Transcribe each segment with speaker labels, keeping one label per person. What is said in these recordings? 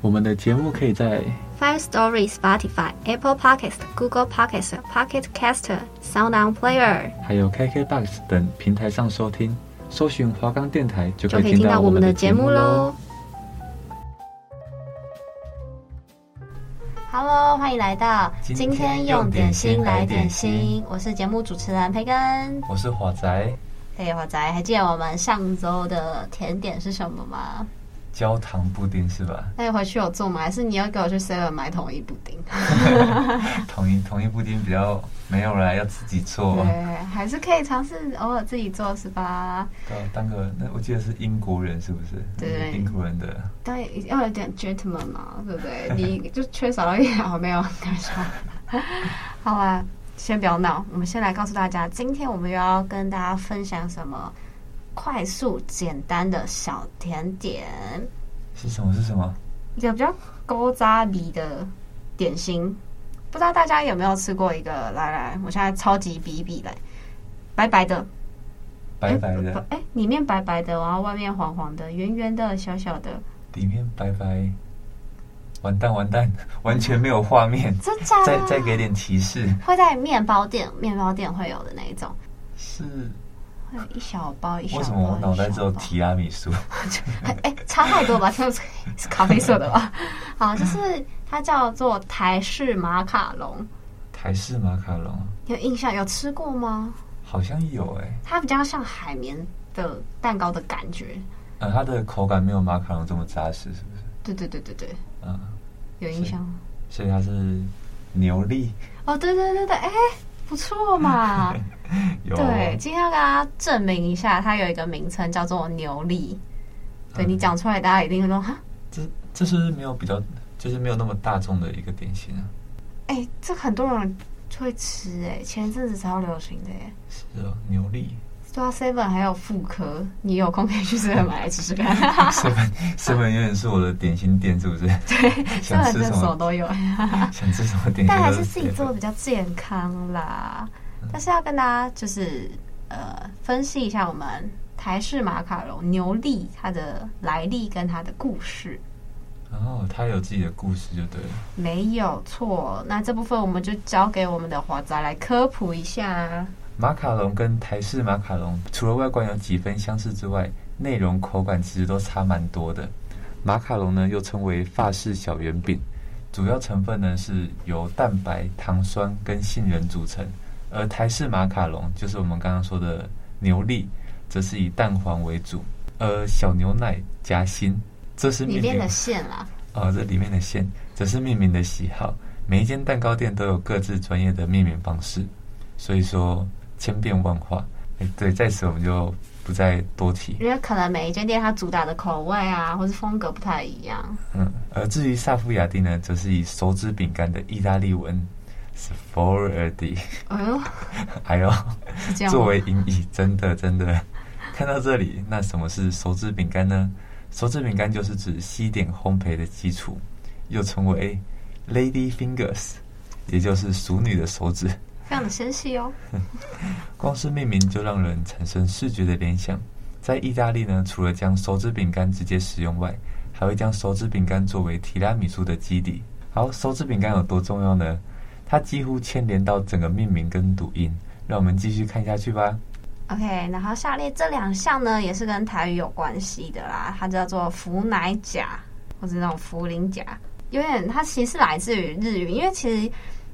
Speaker 1: 我们的节目可以在
Speaker 2: Five Story、Spotify、Apple Podcast、Google Podcast、Pocket Caster、Sound On Player
Speaker 1: 还有 KKBox 等平台上收听，搜寻华冈电台就
Speaker 2: 就
Speaker 1: 可
Speaker 2: 可
Speaker 1: 以
Speaker 2: 以听
Speaker 1: 听
Speaker 2: 到
Speaker 1: 到
Speaker 2: 我
Speaker 1: 我
Speaker 2: 们
Speaker 1: 们
Speaker 2: 的
Speaker 1: 的
Speaker 2: 节
Speaker 1: 节
Speaker 2: 目
Speaker 1: 目
Speaker 2: 喽
Speaker 1: 喽。。
Speaker 2: Hello，欢迎来到
Speaker 1: 今
Speaker 2: 今天
Speaker 1: 天
Speaker 2: 用
Speaker 1: 用
Speaker 2: 点
Speaker 1: 点
Speaker 2: 心
Speaker 1: 心
Speaker 2: 来
Speaker 1: 来
Speaker 2: 点
Speaker 1: 点
Speaker 2: 心
Speaker 1: 心，
Speaker 2: 我是节目主持人培根。
Speaker 1: 我是华仔，
Speaker 2: 嘿，华仔，还记得我们上周的甜点是什么吗？
Speaker 1: 焦糖布丁是吧？
Speaker 2: 那你回去有做吗？还是你要给我去 Seven 买统一布丁？
Speaker 1: 统一统一布丁比较没有啦，要自己做，
Speaker 2: 对，还是可以尝试偶尔自己做是吧？
Speaker 1: 对啊当个那我记得是英国人是不是？
Speaker 2: 对
Speaker 1: 英国人的
Speaker 2: 但要有点 gentleman 嘛，对不对？你就缺少了一点，好没有？开玩笑。好啦，先不要闹，我们先来告诉大家，今天我们又要跟大家分享什么快速简单的小甜点，
Speaker 1: 是什么是什么？
Speaker 2: 一个比较勾扎鼻的点心。不知道大家有没有吃过一个？来来，我现在超级比一比来，白白的，
Speaker 1: 白白
Speaker 2: 哎、
Speaker 1: 的，
Speaker 2: 不哎里面白白的，然后外面黄黄的，圆圆的，小小的，
Speaker 1: 里面白白，完蛋完蛋， 完全没有画面。
Speaker 2: 真假的？
Speaker 1: 再再给点提示，
Speaker 2: 会在面包店，面包店会有的那一种，
Speaker 1: 是
Speaker 2: 会有一小包一小包。
Speaker 1: 为什么我脑袋只有
Speaker 2: 一小包
Speaker 1: 提拉米苏？
Speaker 2: 哎、差太多吧？ 这是是咖啡色的吧？好，就是它叫做台式马卡龙，
Speaker 1: 台式马卡龙
Speaker 2: 有印象？有吃过吗？
Speaker 1: 好像有哎、
Speaker 2: 它比较像海绵的蛋糕的感觉。
Speaker 1: 呃，它的口感没有马卡龙这么扎实，是不是？
Speaker 2: 对对对对对，
Speaker 1: 嗯，
Speaker 2: 有印象吗。
Speaker 1: 所以它是牛粒，
Speaker 2: 哦，对对对对，哎、不错嘛。
Speaker 1: 有啊
Speaker 2: 对，今天要跟大家证明一下，它有一个名称叫做牛力。对
Speaker 1: 嗯
Speaker 2: 你讲出来，大家一定会说哈，
Speaker 1: 这这是不是没有比较，就是没有那么大众的一个点心啊。
Speaker 2: 哎、这很多人会吃哎、前一阵子超流行的哎、
Speaker 1: 是哦，牛 粒，
Speaker 2: 对啊，Seven 还有妇科，你有空可以去 Seven 买来吃吃看。
Speaker 1: 身份身份永远是我的点心店，是不 是？ 想
Speaker 2: Seven 真的
Speaker 1: 吃什
Speaker 2: 什么
Speaker 1: 么
Speaker 2: 都有，
Speaker 1: 想吃什么点心，
Speaker 2: 但还是自己做。比较健康啦。
Speaker 1: 嗯
Speaker 2: 但是要跟大家就是呃分析一下我们台式马卡龙牛力它的来历跟它的故事。
Speaker 1: 然后哦它有自己的故事就对了。
Speaker 2: 没有错，那这部分我们就交给我们的华仔来科普一下啊。
Speaker 1: 马卡龙跟台式马卡龙除了外观有几分相似之外，内容口感其实都差蛮多的。马卡龙呢又称为法式小圆饼，主要成分呢是由蛋白、糖酸跟杏仁组成，而台式马卡龙就是我们刚刚说的牛粒，则是以蛋黄为主，而小牛奶夹心，这是
Speaker 2: 里
Speaker 1: 面
Speaker 2: 面
Speaker 1: 点
Speaker 2: 的馅啦，
Speaker 1: 哦，这里面的馅则是命名的喜好，每一间蛋糕店都有各自专业的命名方式，所以说千变万化。哎，对，在此我们就不再多提。
Speaker 2: 因为可能每一间店它主打的口味啊，或是风格不太一样。
Speaker 1: 嗯，而至于萨夫亚蒂呢，则是以手指饼干的意大利文 s f o r d
Speaker 2: 哎呦，
Speaker 1: 还有
Speaker 2: 是这样吗
Speaker 1: 作为音译，真的真的。看到这里，那什么是手指饼干呢？手指饼干就是指西点烘焙的基础，又称为 Lady Fingers，也就是熟女的手指。
Speaker 2: 非常的纤细哦。
Speaker 1: 光是命名就让人产生视觉的联想。在意大利呢，除了将手指饼干直接使用外，还会将手指饼干作为提拉米苏的基底。好，手指饼干有多重要呢？它几乎牵连到整个命名跟读音。让我们继续看下去吧。
Speaker 2: OK，然后下列这两项呢，也是跟台语有关系的啦，它叫做福奶甲或者那种福林甲，有点它其实来自于日语，因为其实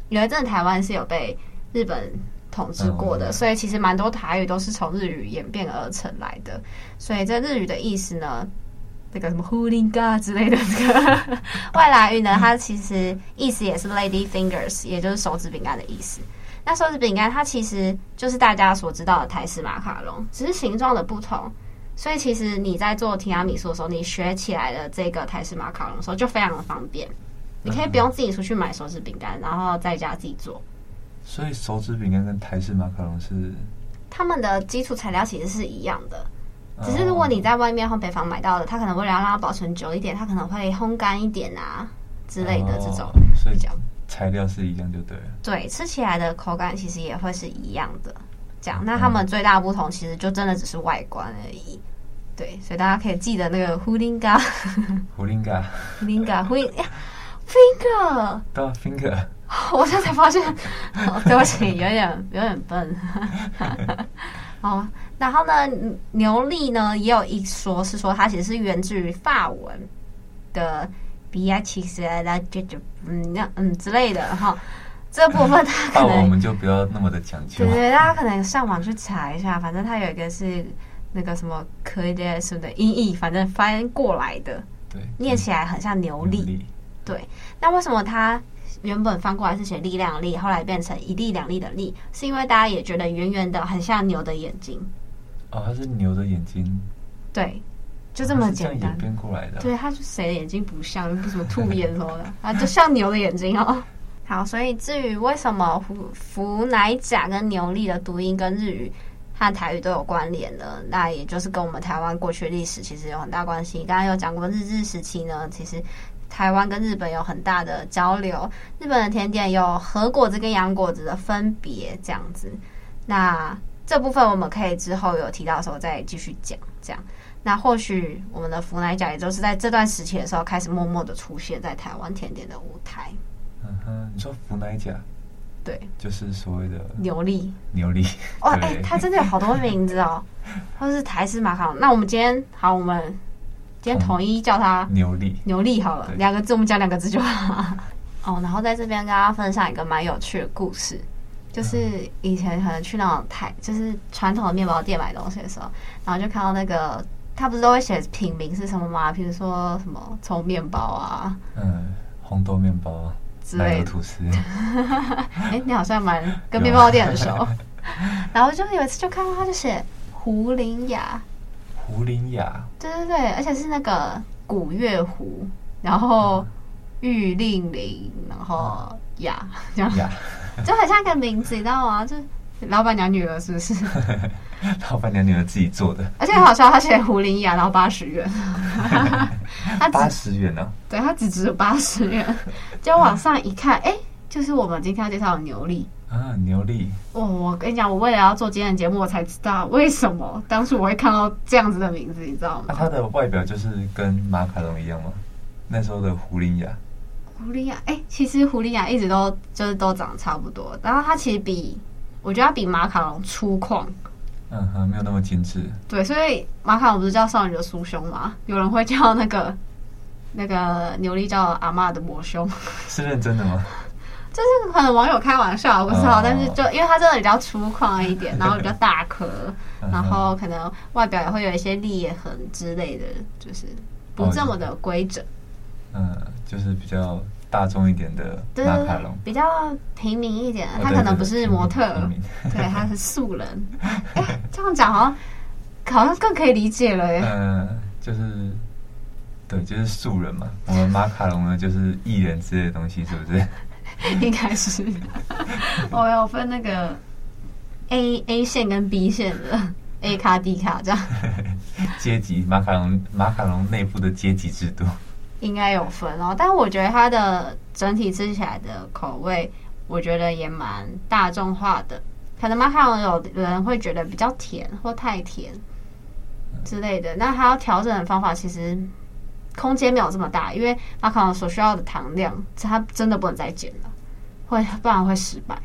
Speaker 2: 有一阵台湾是有被日本统治过的，
Speaker 1: 嗯
Speaker 2: 所以其实蛮多台语都是从日语演变而成来的，所以这日语的意思呢。那个什么 h o l i n g a 之类的这个 外来语呢，它其实意思也是 lady fingers，也就是手指饼干的意思。那手指饼干它其实就是大家所知道的台式马卡龙，只是形状的不同。所以其实你在做提拉米苏的时候，你学起来的这个台式马卡龙的时候就非常的方便，
Speaker 1: 嗯
Speaker 2: 你可以不用自己出去买手指饼干，然后在家自己做。
Speaker 1: 所以手指饼干跟台式马卡龙是，
Speaker 2: 他们的基础材料其实是一样的，
Speaker 1: 哦
Speaker 2: 只是如果你在外面烘焙坊买到的，它可能为了要让它保存久一点，它可能会烘干一点啊之类的这种
Speaker 1: 哦所以
Speaker 2: 比较。
Speaker 1: 材料是一样就对了。
Speaker 2: 对，吃起来的口感其实也会是一样的。这样，那
Speaker 1: 嗯
Speaker 2: 它们最大的不同其实就真的只是外观而已。对，所以大家可以记得那个 h u l i n g a h
Speaker 1: 胡林嘎
Speaker 2: u l i n g a h u l i n g finger，
Speaker 1: 到啊 finger，
Speaker 2: 我现在才发现，哦、对不起，有点有点笨。好，然后呢，牛力呢也有一说是说它其实是源自于法文的 b i a c h i s 啦，就就嗯那嗯之类的哈。这部分它
Speaker 1: 那
Speaker 2: 可
Speaker 1: 我
Speaker 2: 能
Speaker 1: 们就不要那么的讲究
Speaker 2: 对。对，大家可能上网去查一下，反正它有一个是那个什么 c r e d e 什么的音译，反正翻过来的，
Speaker 1: 对，
Speaker 2: 念起来很像牛
Speaker 1: 力
Speaker 2: 力。对，那为什么它原本翻过来是写力量力，后来变成一力两力的力？是因为大家也觉得圆圆的很像牛的眼睛，
Speaker 1: 哦，它是牛的眼睛，
Speaker 2: 对，就这么
Speaker 1: 哦它是
Speaker 2: 简
Speaker 1: 样
Speaker 2: 单
Speaker 1: 演。变过来的。
Speaker 2: 对，它就谁的眼睛不像，不是什么兔眼什么的， 啊，就像牛的眼睛哦。 好，所以至于为什么福福乃甲跟牛力的读音跟日语和台语都有关联呢？那也就是跟我们台湾过去的历史其实有很大关系。刚刚有讲过日治时期呢，其实台湾跟日本有很大的交流，日本的甜点有和果子跟洋果子的分别，这样子。那这部分我们可以之后有提到的时候再继续讲，这样。那或许我们的福奶甲也就是在这段时期的时候开始默默的出现在台湾甜点的舞台，
Speaker 1: 嗯哼，你说福奶甲
Speaker 2: 对，
Speaker 1: 就是所谓的
Speaker 2: 牛力
Speaker 1: 牛力。
Speaker 2: 哇，
Speaker 1: 对
Speaker 2: 哎、它真的有好多名字哦，或是台式马卡龙。那我们今天好，我们今天统一叫它
Speaker 1: 牛力，
Speaker 2: 牛力好了，
Speaker 1: 对
Speaker 2: 两个字我们讲两个字就好。 哦，然后在这边跟大家分享一个蛮有趣的故事，
Speaker 1: 嗯
Speaker 2: 就是以前可能去那种台，就是传统的面包店买东西的时候，然后就看到那个，他不是都会写品名是什么吗？比如说什么葱面包啊
Speaker 1: 嗯，红豆面包，
Speaker 2: 之
Speaker 1: 奶
Speaker 2: 类
Speaker 1: 油
Speaker 2: 的。
Speaker 1: 吐司，
Speaker 2: 哎、你好像蛮跟
Speaker 1: 有
Speaker 2: 面包店很熟。然后就有一次就看到他就写胡林雅，
Speaker 1: 胡林 雅，
Speaker 2: 对对对，而且是那个古月胡，然后玉令玲，然后雅，这样
Speaker 1: 雅，
Speaker 2: 就很像一个名字，你知道吗？就是老板娘女儿是不 是？
Speaker 1: 老板娘女儿自己做的，
Speaker 2: 而且很好笑，他写胡林雅，然后八十元，他
Speaker 1: 八
Speaker 2: 只
Speaker 1: 十元呢。
Speaker 2: 对他只值八十元，就往上一看，哎、就是我们今天要介绍的牛力。
Speaker 1: 啊，牛力，
Speaker 2: 哦，我跟你讲，我为了要做今天的节目，我才知道为什么当初我会看到这样子的名字，你知道
Speaker 1: 那
Speaker 2: 吗？
Speaker 1: 啊它的外表就是跟马卡龙一样吗？那时候的胡林雅，
Speaker 2: 狐狸雅，哎、其实狐狸雅一直都就是都长得差不多，然后它其实比我觉得它比马卡龙粗犷，
Speaker 1: 嗯哼，没有那么精致。
Speaker 2: 对，所以马卡龙不是叫少女的酥胸吗？有人会叫那个那个牛力叫阿嬷的抹胸，
Speaker 1: 是认真的吗？
Speaker 2: 就是可能网友开玩笑，我不知道，
Speaker 1: 哦
Speaker 2: 但是就因为它真的比较粗犷一点，然后比较大颗，
Speaker 1: 嗯哼
Speaker 2: 然后可能外表也会有一些裂痕之类的，就是不这么的规
Speaker 1: 哦
Speaker 2: 整，
Speaker 1: 嗯，就是比较大众一点的
Speaker 2: 对
Speaker 1: 马
Speaker 2: 对
Speaker 1: 卡
Speaker 2: 对
Speaker 1: 龙。，
Speaker 2: 比较平民一点，
Speaker 1: 哦
Speaker 2: 他
Speaker 1: 对
Speaker 2: 可能
Speaker 1: 对
Speaker 2: 不
Speaker 1: 对
Speaker 2: 是模特，
Speaker 1: 平民平
Speaker 2: 对，他是素人。 哎、这样讲好像好像更可以理解了哎、
Speaker 1: 嗯，就是，对，就是素人嘛。我们马卡龙呢，就是艺人之类的东西，是不是？嗯
Speaker 2: 应该 是哦我有分那个 A A 线跟 B 线的 A 卡 D 卡这样。
Speaker 1: 阶级马卡龙，马卡龙内部的阶级制度。
Speaker 2: 应该有分哦，但我觉得它的整体吃起来的口味，我觉得也蛮大众化的。可能马卡龙有人会觉得比较甜或太甜之类的，那它要调整的方法其实空间没有这么大，因为马卡龙所需要的糖量，它真的不能再减了，会不然会失败。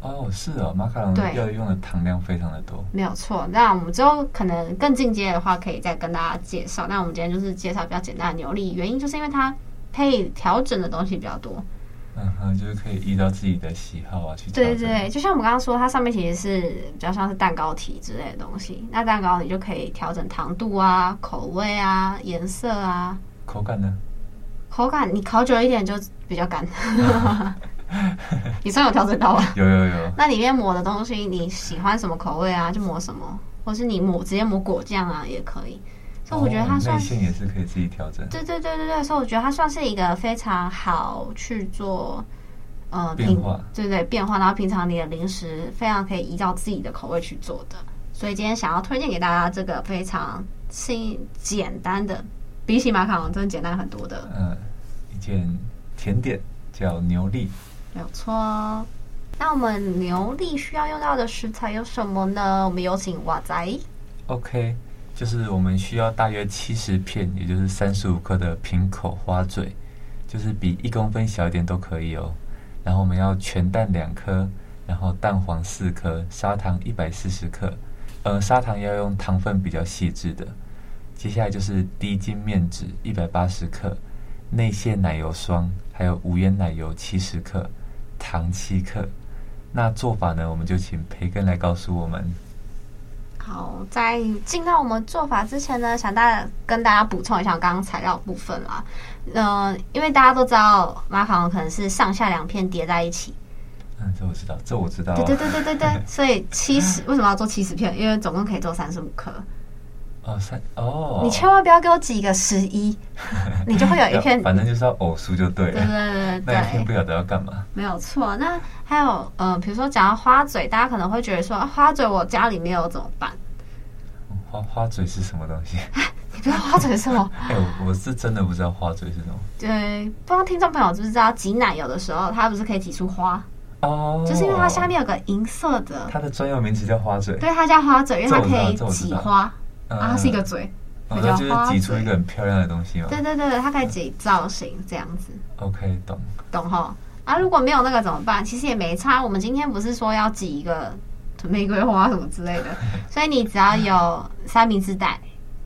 Speaker 1: 哦，是哦，马卡龙
Speaker 2: 对
Speaker 1: 要用的糖量非常的多。
Speaker 2: 没有错，那我们之后可能更进阶的话，可以再跟大家介绍。那我们今天就是介绍比较简单的牛力，原因就是因为它可以调整的东西比较多。
Speaker 1: 嗯哼，就是可以依照自己的喜好啊去调
Speaker 2: 对
Speaker 1: 整。
Speaker 2: 对对，就像我们刚刚说，它上面其实是比较像是蛋糕体之类的东西。那蛋糕你就可以调整糖度啊、口味啊、颜色啊、
Speaker 1: 口感呢？
Speaker 2: 口感。你烤久一点就比较干。你算有调整到吧？
Speaker 1: 有有有，
Speaker 2: 那里面抹的东西你喜欢什么口味啊，就抹什么。或是你抹直接抹果酱啊也可以。所以我觉得它
Speaker 1: 哦
Speaker 2: 算
Speaker 1: 内
Speaker 2: 是、
Speaker 1: 馅也是可以自己调整。
Speaker 2: 对对对对对，所以我觉得它算是一个非常好去做呃
Speaker 1: 变
Speaker 2: 平
Speaker 1: 化
Speaker 2: 对对变化，然后平常你的零食非常可以依照自己的口味去做的。所以今天想要推荐给大家这个非常轻简单的，比起马卡龙真的简单很多的，
Speaker 1: 嗯、一件甜点叫牛粒，
Speaker 2: 没有错哦。那我们牛力需要用到的食材有什么呢？我们有请瓦仔。
Speaker 1: OK，就是我们需要大约七十片，也就是三十五克的瓶口花嘴，就是比一公分小一点都可以哦。然后我们要全蛋两颗，然后蛋黄四颗，砂糖一百四十克，呃，砂糖要用糖分比较细致的。接下来就是低筋面纸一百八十克，内馅奶油霜，还有无盐奶油七十克，糖七克。那做法呢，我们就请培根来告诉我们。
Speaker 2: 好，在进到我们做法之前呢，想大跟大家补充一下我刚刚材料部分啦。嗯、因为大家都知道马卡龙可能是上下两片叠在一起，
Speaker 1: 嗯，这我知道，这我知道、
Speaker 2: 对
Speaker 1: 啊。
Speaker 2: 对对对对 对，所以七十为什么要做七十片？因为总共可以做三十五颗。
Speaker 1: 哦，三哦，
Speaker 2: 你千万不要给我挤个十 一，你就会有一片
Speaker 1: 要。反正就是要偶数就对
Speaker 2: 对
Speaker 1: 了。
Speaker 2: 对对对
Speaker 1: 那一
Speaker 2: 对
Speaker 1: 片不，晓得要干嘛？
Speaker 2: 没有错。那还有呃，比如说讲到花嘴，大家可能会觉得说、啊、花嘴我家里没有怎么办？
Speaker 1: 花花嘴是什么东西？
Speaker 2: 你不知道花嘴是什么？
Speaker 1: 哎、我我是真的不知道花嘴是什么。
Speaker 2: 对，不知道听众朋友知不知道挤奶油的时候，它不是可以挤出花，
Speaker 1: 哦，
Speaker 2: 就是因为它下面有个银色的，
Speaker 1: 它的专有名词叫花嘴。
Speaker 2: 对，它叫花嘴，因为它可以
Speaker 1: 这我
Speaker 2: 挤
Speaker 1: 知道这我知道
Speaker 2: 花，
Speaker 1: 嗯
Speaker 2: 啊，它是一个，嘴，
Speaker 1: 我
Speaker 2: 它叫
Speaker 1: 就是
Speaker 2: 花
Speaker 1: 挤出
Speaker 2: 嘴
Speaker 1: 一个很漂亮的东西嘛。
Speaker 2: 对对对，它可以挤造型这样子，
Speaker 1: OK，懂。
Speaker 2: 懂吼？啊，如果没有那个怎么办？其实也没差，我们今天不是说要挤一个玫瑰花什么之 类的，所以你只要有三明治袋，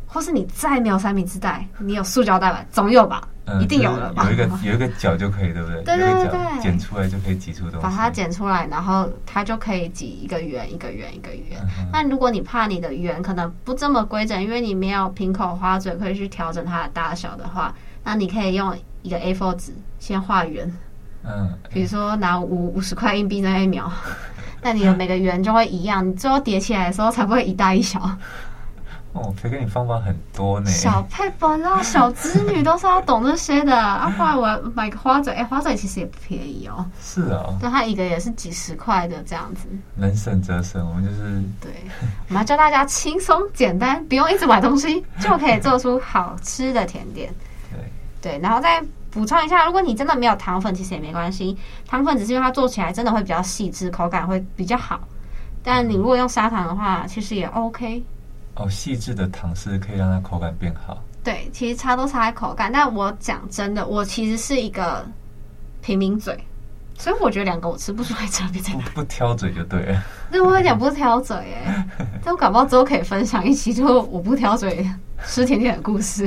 Speaker 2: 或是你再没有三明治袋，你有塑胶袋吧，总有吧，
Speaker 1: 嗯，
Speaker 2: 一定有
Speaker 1: 就是
Speaker 2: 了吧？
Speaker 1: 有一个有一个角就可以，对不对？
Speaker 2: 对对
Speaker 1: 有一个
Speaker 2: 对
Speaker 1: 角
Speaker 2: 对
Speaker 1: 剪出来就可以挤出东西。
Speaker 2: 把它剪出来，然后它就可以挤一个圆一个圆一个圆
Speaker 1: 嗯哼。
Speaker 2: 那、如果你怕你的圆可能不这么规整，因为你没有瓶口花嘴可以去调整它的大小的话，那你可以用一个 A4 纸先画圆，
Speaker 1: 嗯，
Speaker 2: 比如说拿五五十块硬币在那边 描，那你的每个圆就会一样，你最后叠起来的时候才不会一大一小。
Speaker 1: 哦，培根，你方法很多呢。
Speaker 2: 小配本啊，小织女都是要懂这些的啊，不然我买个花嘴，哎、花嘴其实也不便宜哦，
Speaker 1: 是哦，
Speaker 2: 对，它一个也是几十块的这样子。
Speaker 1: 能省则省，我们就是
Speaker 2: 对，我们要教大家轻松简单，不用一直买东西，就可以做出好吃的甜点。
Speaker 1: 对。
Speaker 2: 对，然后再补充一下，如果你真的没有糖粉，其实也没关系，糖粉只是因为它做起来真的会比较细致，口感会比较好。但你如果用砂糖的话，其实也 OK。
Speaker 1: 哦，细致的糖是可以让它口感变好。
Speaker 2: 对，其实差都差在口感。但我讲真的，我其实是一个平民嘴，所以我觉得两个我吃不出来差别在
Speaker 1: 不
Speaker 2: 哪。
Speaker 1: 不挑嘴就对了。
Speaker 2: 那我有点不挑嘴哎、但我感冒之后可以分享一期，就是我不挑嘴吃甜点的故事。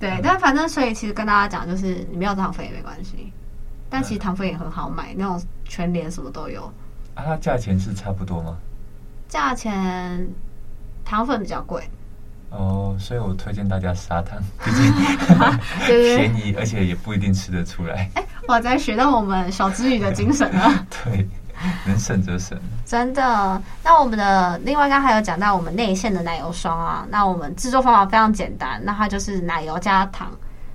Speaker 2: 对，但反正所以其实跟大家讲，就是你没有糖粉也没关系，但其实糖粉也很好买，那种全联什么都有，
Speaker 1: 啊，它价钱是差不多吗？
Speaker 2: 价钱糖粉比较贵，
Speaker 1: 哦，所以我推荐大家砂糖，毕竟
Speaker 2: 对不对？哎
Speaker 1: 便宜，而且也不一定吃得出来。
Speaker 2: 哇，在学到我们小之语的精神啊了。
Speaker 1: 对，能省则省。
Speaker 2: 真的，那我们的另外刚刚还有讲到我们内馅的奶油霜啊，那我们制作方法非常简单，那它就是奶油加糖。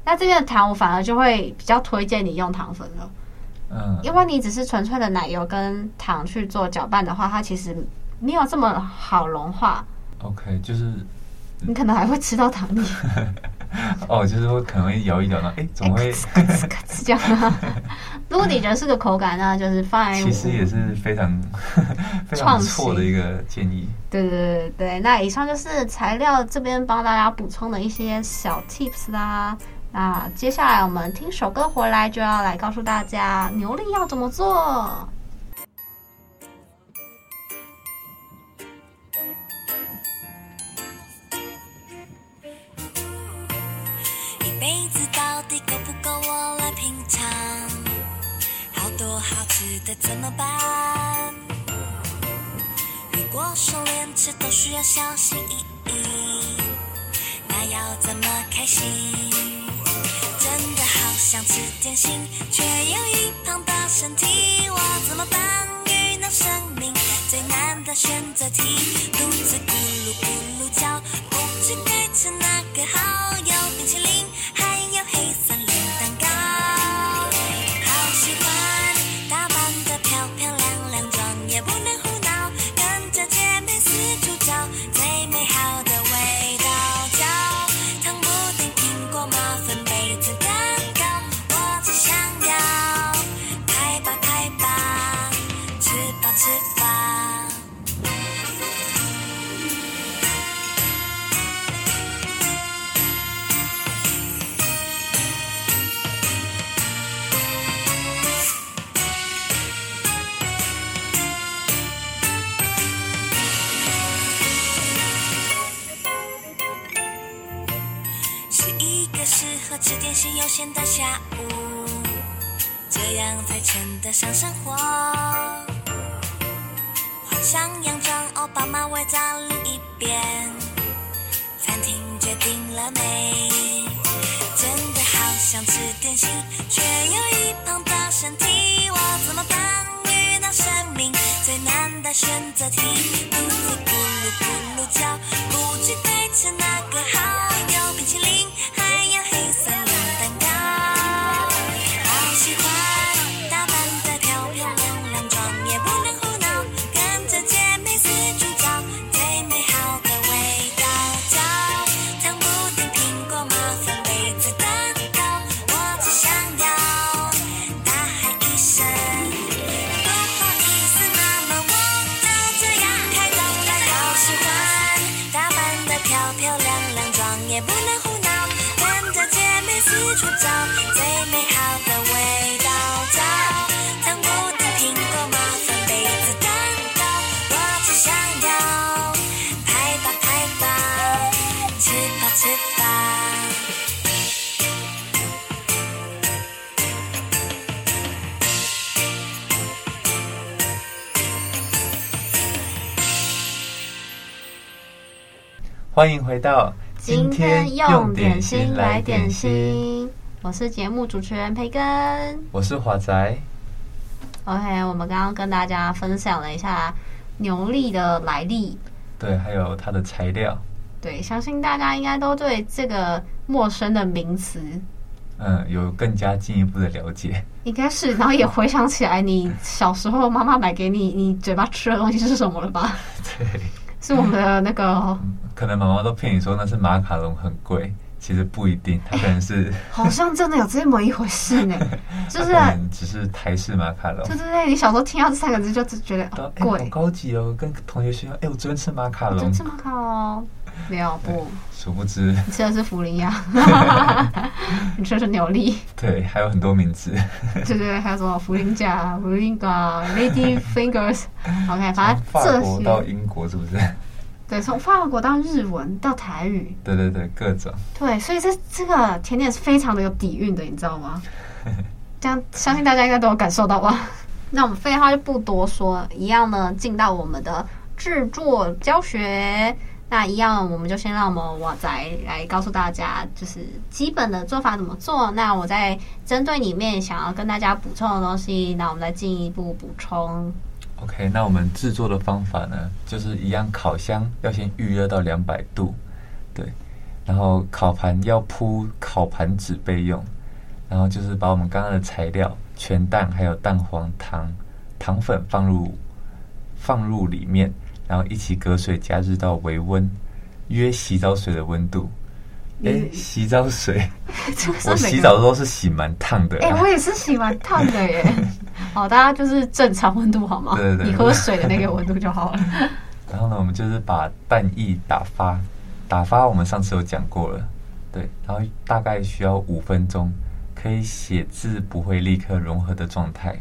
Speaker 2: 那这边的糖我反而就会比较推荐你用糖粉了，
Speaker 1: 嗯，
Speaker 2: 因为你只是纯粹的奶油跟糖去做搅拌的话，它其实没有这么好融化，
Speaker 1: OK，就是
Speaker 2: 你可能还会吃到糖腻，
Speaker 1: 哦，就是会可能会摇一摇呢，哎， 怎么会？
Speaker 2: 咔哧这样。啊如果你觉得是个口感呢，就是放在
Speaker 1: 其实也是非常 非常
Speaker 2: 创
Speaker 1: 不
Speaker 2: 新
Speaker 1: 错的一个建议。
Speaker 2: 对对对对对，那以上就是材料这边帮大家补充的一些小 tips 啦。那接下来我们听首歌回来，就要来告诉大家牛力要怎么做。
Speaker 3: 一辈子到底够不够我来品尝？好多好吃的怎么办？如果说连吃都需要小心翼翼，那要怎么开心？真的好想吃点心，却又一胖的身体，我怎么办？遇到生命最难的选择题，独自孤适合吃点心，悠闲的下午，这样才称得上生活。换上洋装，欧巴马尾再另一边，餐厅决定了没？真的好想吃点心，却又一胖的身体，我怎么办？遇到生命最难的选择题，咕噜咕噜咕噜叫，不知该吃哪个好。有冰淇淋，还有黑森林蛋糕，好喜欢打扮的漂漂亮亮，妆也不能胡闹，跟着姐妹四处找最美好的味道。找糖布丁、苹果、马芬、杯子、蛋糕，我只想要大喊一声。不好意思，那么我就这样开动了。好喜欢打扮的漂漂亮亮，妆也不能胡闹，跟着姐妹四处找最美好的味道。找糖布丁、苹果、马芬、杯子、蛋糕，我只想要拍吧拍吧，吃吧吃吧。
Speaker 1: 欢迎回到
Speaker 2: 今天用点心来点，心，我是节目主持人培根。
Speaker 1: 我是华仔。
Speaker 2: OK，我们刚刚跟大家分享了一下牛力的来历，
Speaker 1: 对，还有它的材料，
Speaker 2: 对，相信大家应该都对这个陌生的名词
Speaker 1: 嗯，有更加进一步的了解。
Speaker 2: 应该是，然后也回想起来你小时候妈妈买给你你嘴巴吃的东西是什么了吧？
Speaker 1: 对，
Speaker 2: 是我们的那个，
Speaker 1: 可能妈妈都骗你说那是马卡龙很贵，其实不一定，它可能 是，
Speaker 2: 好像真的有这么一回事呢，就是
Speaker 1: 它可能只是台式马卡龙
Speaker 2: 对。对对，你小时候听到这三个字就只觉得
Speaker 1: 到
Speaker 2: 哦
Speaker 1: 哎好
Speaker 2: 贵，
Speaker 1: 高级哦！跟同学炫耀，哎，我昨天吃马卡
Speaker 2: 就
Speaker 1: 龙，
Speaker 2: 这么高哦。没有不，
Speaker 1: 殊不知，
Speaker 2: 你吃的是福林鸭， 你吃的是牛力，
Speaker 1: 对，还有很多名字。
Speaker 2: 对对对，还有什么福林甲、福林嘎、Lady 啊 Fingers。OK，反
Speaker 1: 法
Speaker 2: 正
Speaker 1: 国
Speaker 2: 这
Speaker 1: 到
Speaker 2: 些
Speaker 1: 英国是不是？
Speaker 2: 对，从法国到日文到台语，
Speaker 1: 对对对，各种。
Speaker 2: 对，所以这这个甜点是非常的有底蕴的，你知道 吗？这样相信大家应该都有感受到吧？ 那我们废话就不多说，一样呢，进到我们的制作教学。那一样，我们就先让我们瓦仔来告诉大家，就是基本的做法怎么做。那我再针对里面想要跟大家补充的东西，那我们再进一步补 充。
Speaker 1: OK，那我们制作的方法呢，就是一样，烤箱要先预热到两百度，对，然后烤盘要铺烤盘纸备用，然后就是把我们刚刚的材料全蛋还有蛋黄糖糖粉放入放入里面，然后一起隔水加热到微温，约洗澡水的温度。诶，洗澡水，
Speaker 2: 这个是
Speaker 1: 我
Speaker 2: 每个
Speaker 1: 洗澡的时候是洗蛮烫的、
Speaker 2: 哎、
Speaker 1: 啊
Speaker 2: 我，也是洗完烫的 耶。好，大家就是正常温度好吗？
Speaker 1: 对对对
Speaker 2: 你喝水的那个温度就好了。
Speaker 1: 然后呢，我们就是把蛋液打发，打发我们上次有讲过了，对，然后大概需要五分钟，可以写字不会立刻融合的状态。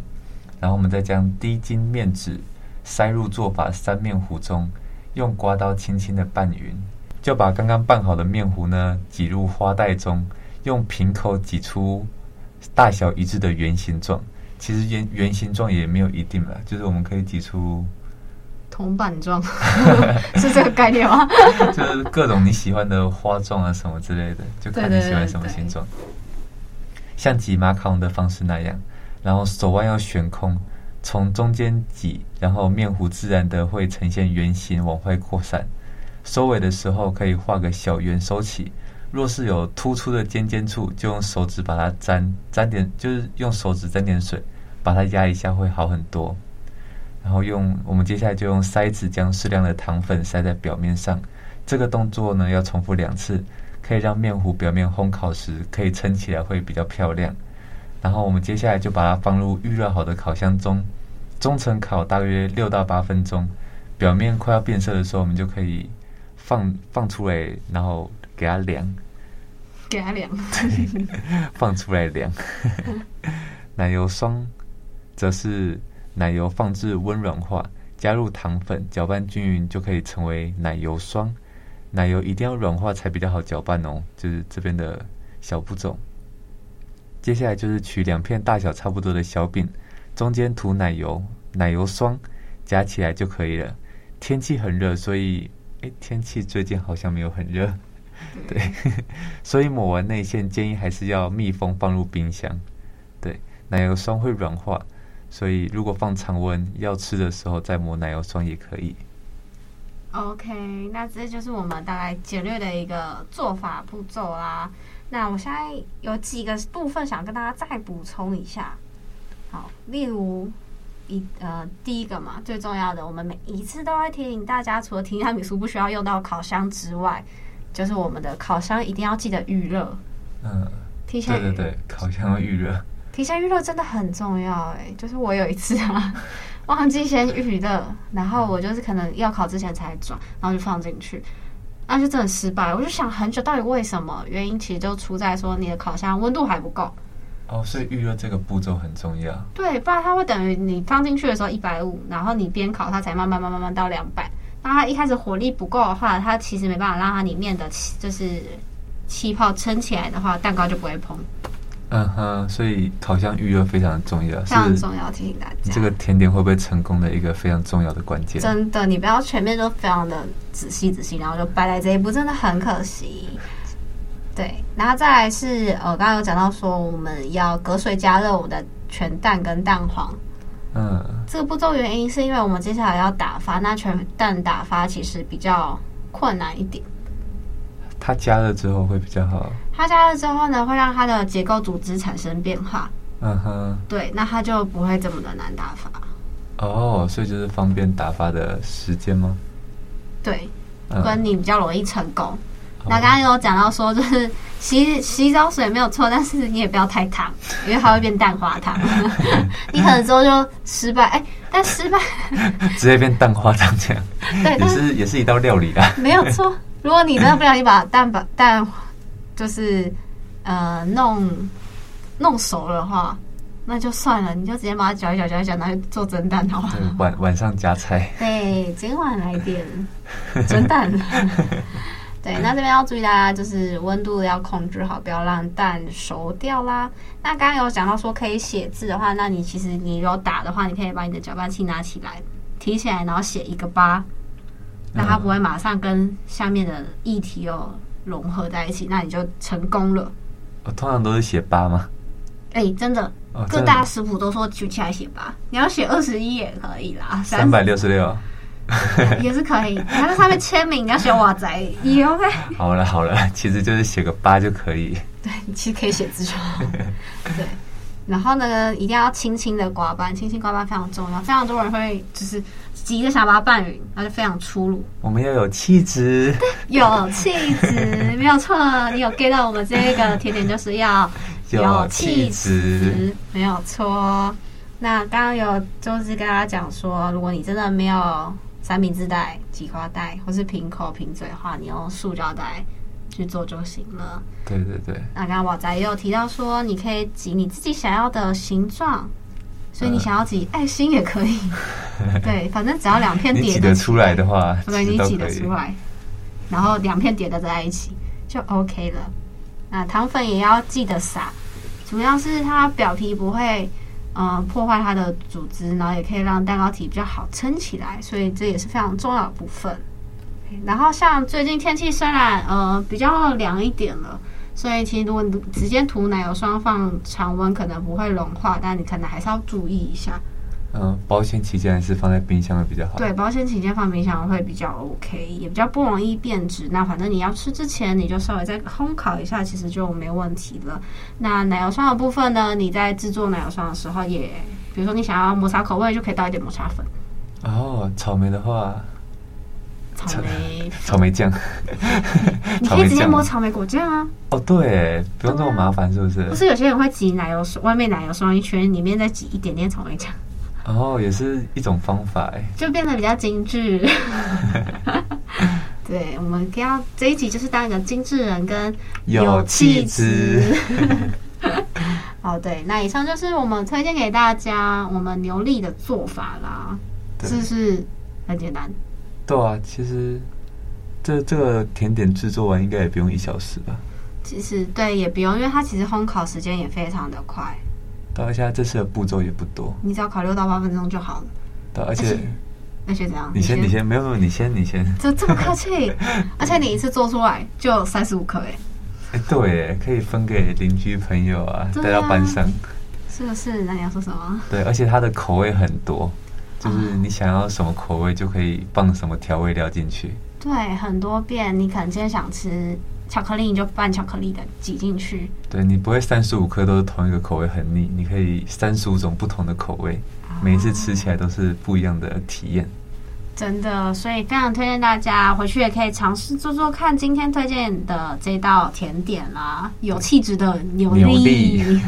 Speaker 1: 然后我们再将低筋面纸塞入做法三面糊中，用刮刀轻轻的拌匀，就把刚刚拌好的面糊呢挤入花袋中，用平口挤出大小一致的圆形状。其实圆圆形状也没有一定啦，就是我们可以挤出
Speaker 2: 铜板状 是这个概念 吗？
Speaker 1: 就是各种你喜欢的花状啊什么之类的，就看你喜欢什么形状。像挤马卡龙的方式那样，然后手腕要悬空，从中间挤，然后面糊自然的会呈现圆形往外扩散。收尾的时候可以画个小圆收起，若是有突出的尖尖处，就用手指把它沾沾点，就是用手指沾点水，把它压一下会好很多。然后用我们接下来就用筛子将适量的糖粉筛在表面上，这个动作呢要重复两次，可以让面糊表面烘烤时可以撑起来会比较漂亮。然后我们接下来就把它放入预热好的烤箱中，中层烤大约六到八分钟，表面快要变色的时候，我们就可以放放出来，然后给它凉，
Speaker 2: 给他量，
Speaker 1: 放出来凉。奶油霜则是奶油放置温软化，加入糖粉，搅拌均匀就可以成为奶油霜。奶油一定要软化才比较好搅拌哦，就是这边的小布种。接下来就是取两片大小差不多的小饼，中间涂奶油、奶油霜，夹起来就可以了。天气很热，所以诶，天气最近好像没有很热，对，所以抹完内馅建议还是要密封放入冰箱。对，奶油霜会软化，所以如果放常温，要吃的时候再抹奶油霜也可以。
Speaker 2: OK，那这就是我们大概简略的一个做法步骤啦。那我现在有几个部分想跟大家再补充一下。好，例如一呃第一个嘛，最重要的，我们每一次都会提醒大家，除了提拉米苏不需要用到烤箱之外，就是我们的烤箱一定要记得预热，
Speaker 1: 嗯，
Speaker 2: 提前
Speaker 1: 对
Speaker 2: 预
Speaker 1: 对对，烤箱要预热。
Speaker 2: 提前预热真的很重要哎、就是我有一次啊， 忘记先预热，然后我就是可能要考之前才转，然后就放进去，那就真的失败。我就想很久，到底为什么？原因其实就出在说你的烤箱温度还不够，
Speaker 1: 哦，所以预热这个步骤很重要。
Speaker 2: 对，不然它会等于你放进去的时候一百五，然后你边烤它才慢慢慢慢慢慢到两百。那它一开始火力不够的话，它其实没办法让它里面的气就是气泡撑起来的话，蛋糕就不会膨，
Speaker 1: 嗯哼，所以烤箱预热非常重要，
Speaker 2: 非常
Speaker 1: 是
Speaker 2: 重要，提醒大家。
Speaker 1: 这个甜点会不会成功的一个非常重要的关键。
Speaker 2: 真的，你不要全面都非常的仔细仔细，然后就掰在这一步，真的很可惜。对，然后再来是呃，刚刚有讲到说我们要隔水加热我们的全蛋跟蛋黄。
Speaker 1: 嗯，
Speaker 2: 这个步骤原因是因为我们接下来要打发，那全蛋打发其实比较困难一点。
Speaker 1: 它加热之后会比较好。
Speaker 2: 它加热之后呢，会让它的结构组织产生变化，
Speaker 1: 嗯哼，
Speaker 2: 对，那它就不会这么的难打发。
Speaker 1: 哦，所以就是方便打发的时间吗？
Speaker 2: 对，
Speaker 1: 嗯，
Speaker 2: 跟你比较容易成功。
Speaker 1: 好
Speaker 2: 那刚刚有讲到说，就是洗洗澡水没有错，但是你也不要太烫，因为它会变蛋花汤。你可能之后就失败，哎、但失败
Speaker 1: 直接变蛋花汤这样，
Speaker 2: 对，
Speaker 1: 也
Speaker 2: 但是
Speaker 1: 是也是一道料理啦。
Speaker 2: 没有错。如果你真的不小心把蛋把蛋就是呃弄弄熟了的话，那就算了，你就直接把它搅一搅搅一搅，然后就做蒸蛋好了。
Speaker 1: 对，晚晚上加菜。
Speaker 2: 对，哎今晚来点蒸 蛋。对，那这边要注意大家就是温度要控制好，不要让蛋熟掉啦。那刚刚有讲到说可以写字的话，那你其实你有打的话，你可以把你的搅拌器拿起来提起来，然后写一个八，那它不会马上跟下面的液体有融合在一起，那你就成功了。
Speaker 1: 我通常都是写八吗？
Speaker 2: 哎、真的，
Speaker 1: 哦，
Speaker 2: 各大食谱都说举起来写八，你要写二十一也可以啦，
Speaker 1: 三百六十六。
Speaker 2: 也是可以，他在上面签名，你要写瓦仔也 OK。
Speaker 1: 好了好了， 其实就是写个八就可以。
Speaker 2: 对，你其实可以写字就好。 对，然后呢，一定要轻轻的刮拌，轻轻刮拌非常重要，非常多人会就是急着想把它拌匀，那就非常粗鲁。
Speaker 1: 我们要有气质，
Speaker 2: 有气质，没有错，你有 get 到我们这个甜点就是要有气
Speaker 1: 质。
Speaker 2: 质，没有错。那刚刚有就是跟大家讲说，如果你真的没有三明治袋、挤花袋或是瓶口、瓶嘴的话，你用塑胶袋去做就行了。
Speaker 1: 对对对，
Speaker 2: 那刚刚瓦仔也有提到说，你可以挤你自己想要的形状，所以你想要挤爱心也可以。对，反正只要两片
Speaker 1: 你
Speaker 2: 叠
Speaker 1: 挤
Speaker 2: 的
Speaker 1: 得出来的话，
Speaker 2: 对，
Speaker 1: 其
Speaker 2: 你
Speaker 1: 实都
Speaker 2: 挤
Speaker 1: 可
Speaker 2: 得
Speaker 1: 以
Speaker 2: 出来，然后两片叠的在一起就 OK 了。那糖粉也要记得撒，主要是它表皮不会嗯、呃破坏它的组织，然后也可以让蛋糕体比较好撑起来，所以这也是非常重要的部分。然后像最近天气虽然呃比较凉一点了，所以其实如果你直接涂奶油霜放常温可能不会融化，但你可能还是要注意一下。
Speaker 1: 嗯，保险期间还是放在冰箱会比较好。
Speaker 2: 对，保险起见放冰箱会比较 OK，也比较不容易变质。那反正你要吃之前，你就稍微再烘烤一下，其实就没问题了。那奶油霜的部分呢，你在制作奶油霜的时候也，比如说你想要抹茶口味，就可以倒一点抹茶粉、
Speaker 1: 哦，草莓的话，
Speaker 2: 草 莓，
Speaker 1: 草莓酱。
Speaker 2: 你
Speaker 1: 草
Speaker 2: 可以
Speaker 1: 莓
Speaker 2: 直接
Speaker 1: 酱
Speaker 2: 抹草莓果酱啊。
Speaker 1: 哦，对，不用那么麻烦，是不是
Speaker 2: 不？是有些人会挤奶油霜，外面奶油霜一圈，里面再挤一点点草莓酱，
Speaker 1: 哦，也是一种方法哎。
Speaker 2: 就变得比较精致。 对，我们要这一集就是当一个精致人跟
Speaker 1: 有气质。
Speaker 2: 哦，对，那以上就是我们推荐给大家我们牛力的做法啦，
Speaker 1: 对
Speaker 2: 是不是很简单？
Speaker 1: 对啊，其实这这个甜点制作完应该也不用一小时吧？
Speaker 2: 其实对也不用，因为它其实烘烤时间也非常的快，
Speaker 1: 到现在这次的步骤也不多，
Speaker 2: 你只要烤六到八分钟就好了。
Speaker 1: 对，而
Speaker 2: 而
Speaker 1: 且
Speaker 2: 且那学怎样？
Speaker 1: 你先你先，没有没有，你先你先，
Speaker 2: 这这么客气，而且你一次做出来就三十五颗哎，
Speaker 1: 哎对耶，可以分给邻居朋友啊，带
Speaker 2: 对啊
Speaker 1: 到班上，
Speaker 2: 是不是？那你要说什么？
Speaker 1: 对，而且它的口味很多，就是你想要什么口味就可以放什么调味料进去，
Speaker 2: 对，很多遍，你可能今天想吃巧克力，你就拌巧克力的挤进去
Speaker 1: 对你不会三十五颗都是同一个口味很腻，你可以三十五种不同的口味，每一次吃起来都是不一样的体验。
Speaker 2: 真的，所以非常推荐大家回去也可以尝试做做看。今天推荐的这道甜点啦，有气质的牛
Speaker 1: 牛
Speaker 2: 力，
Speaker 1: 力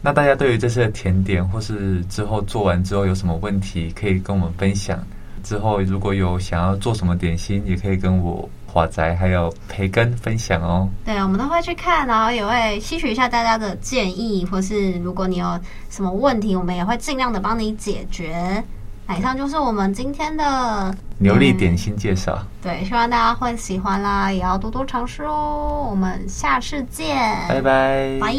Speaker 1: 那大家对于这次的甜点，或是之后做完之后有什么问题，可以跟我们分享。之后如果有想要做什么点心，也可以跟我华仔还有培根分享哦。
Speaker 2: 对，我们都会去看，然后也会吸取一下大家的建议，或是如果你有什么问题，我们也会尽量的帮你解决。那以上就是我们今天的
Speaker 1: 牛力点心介绍，
Speaker 2: 对，希望大家会喜欢啦，也要多多尝试哦。我们下次见，
Speaker 1: 拜拜，
Speaker 2: 拜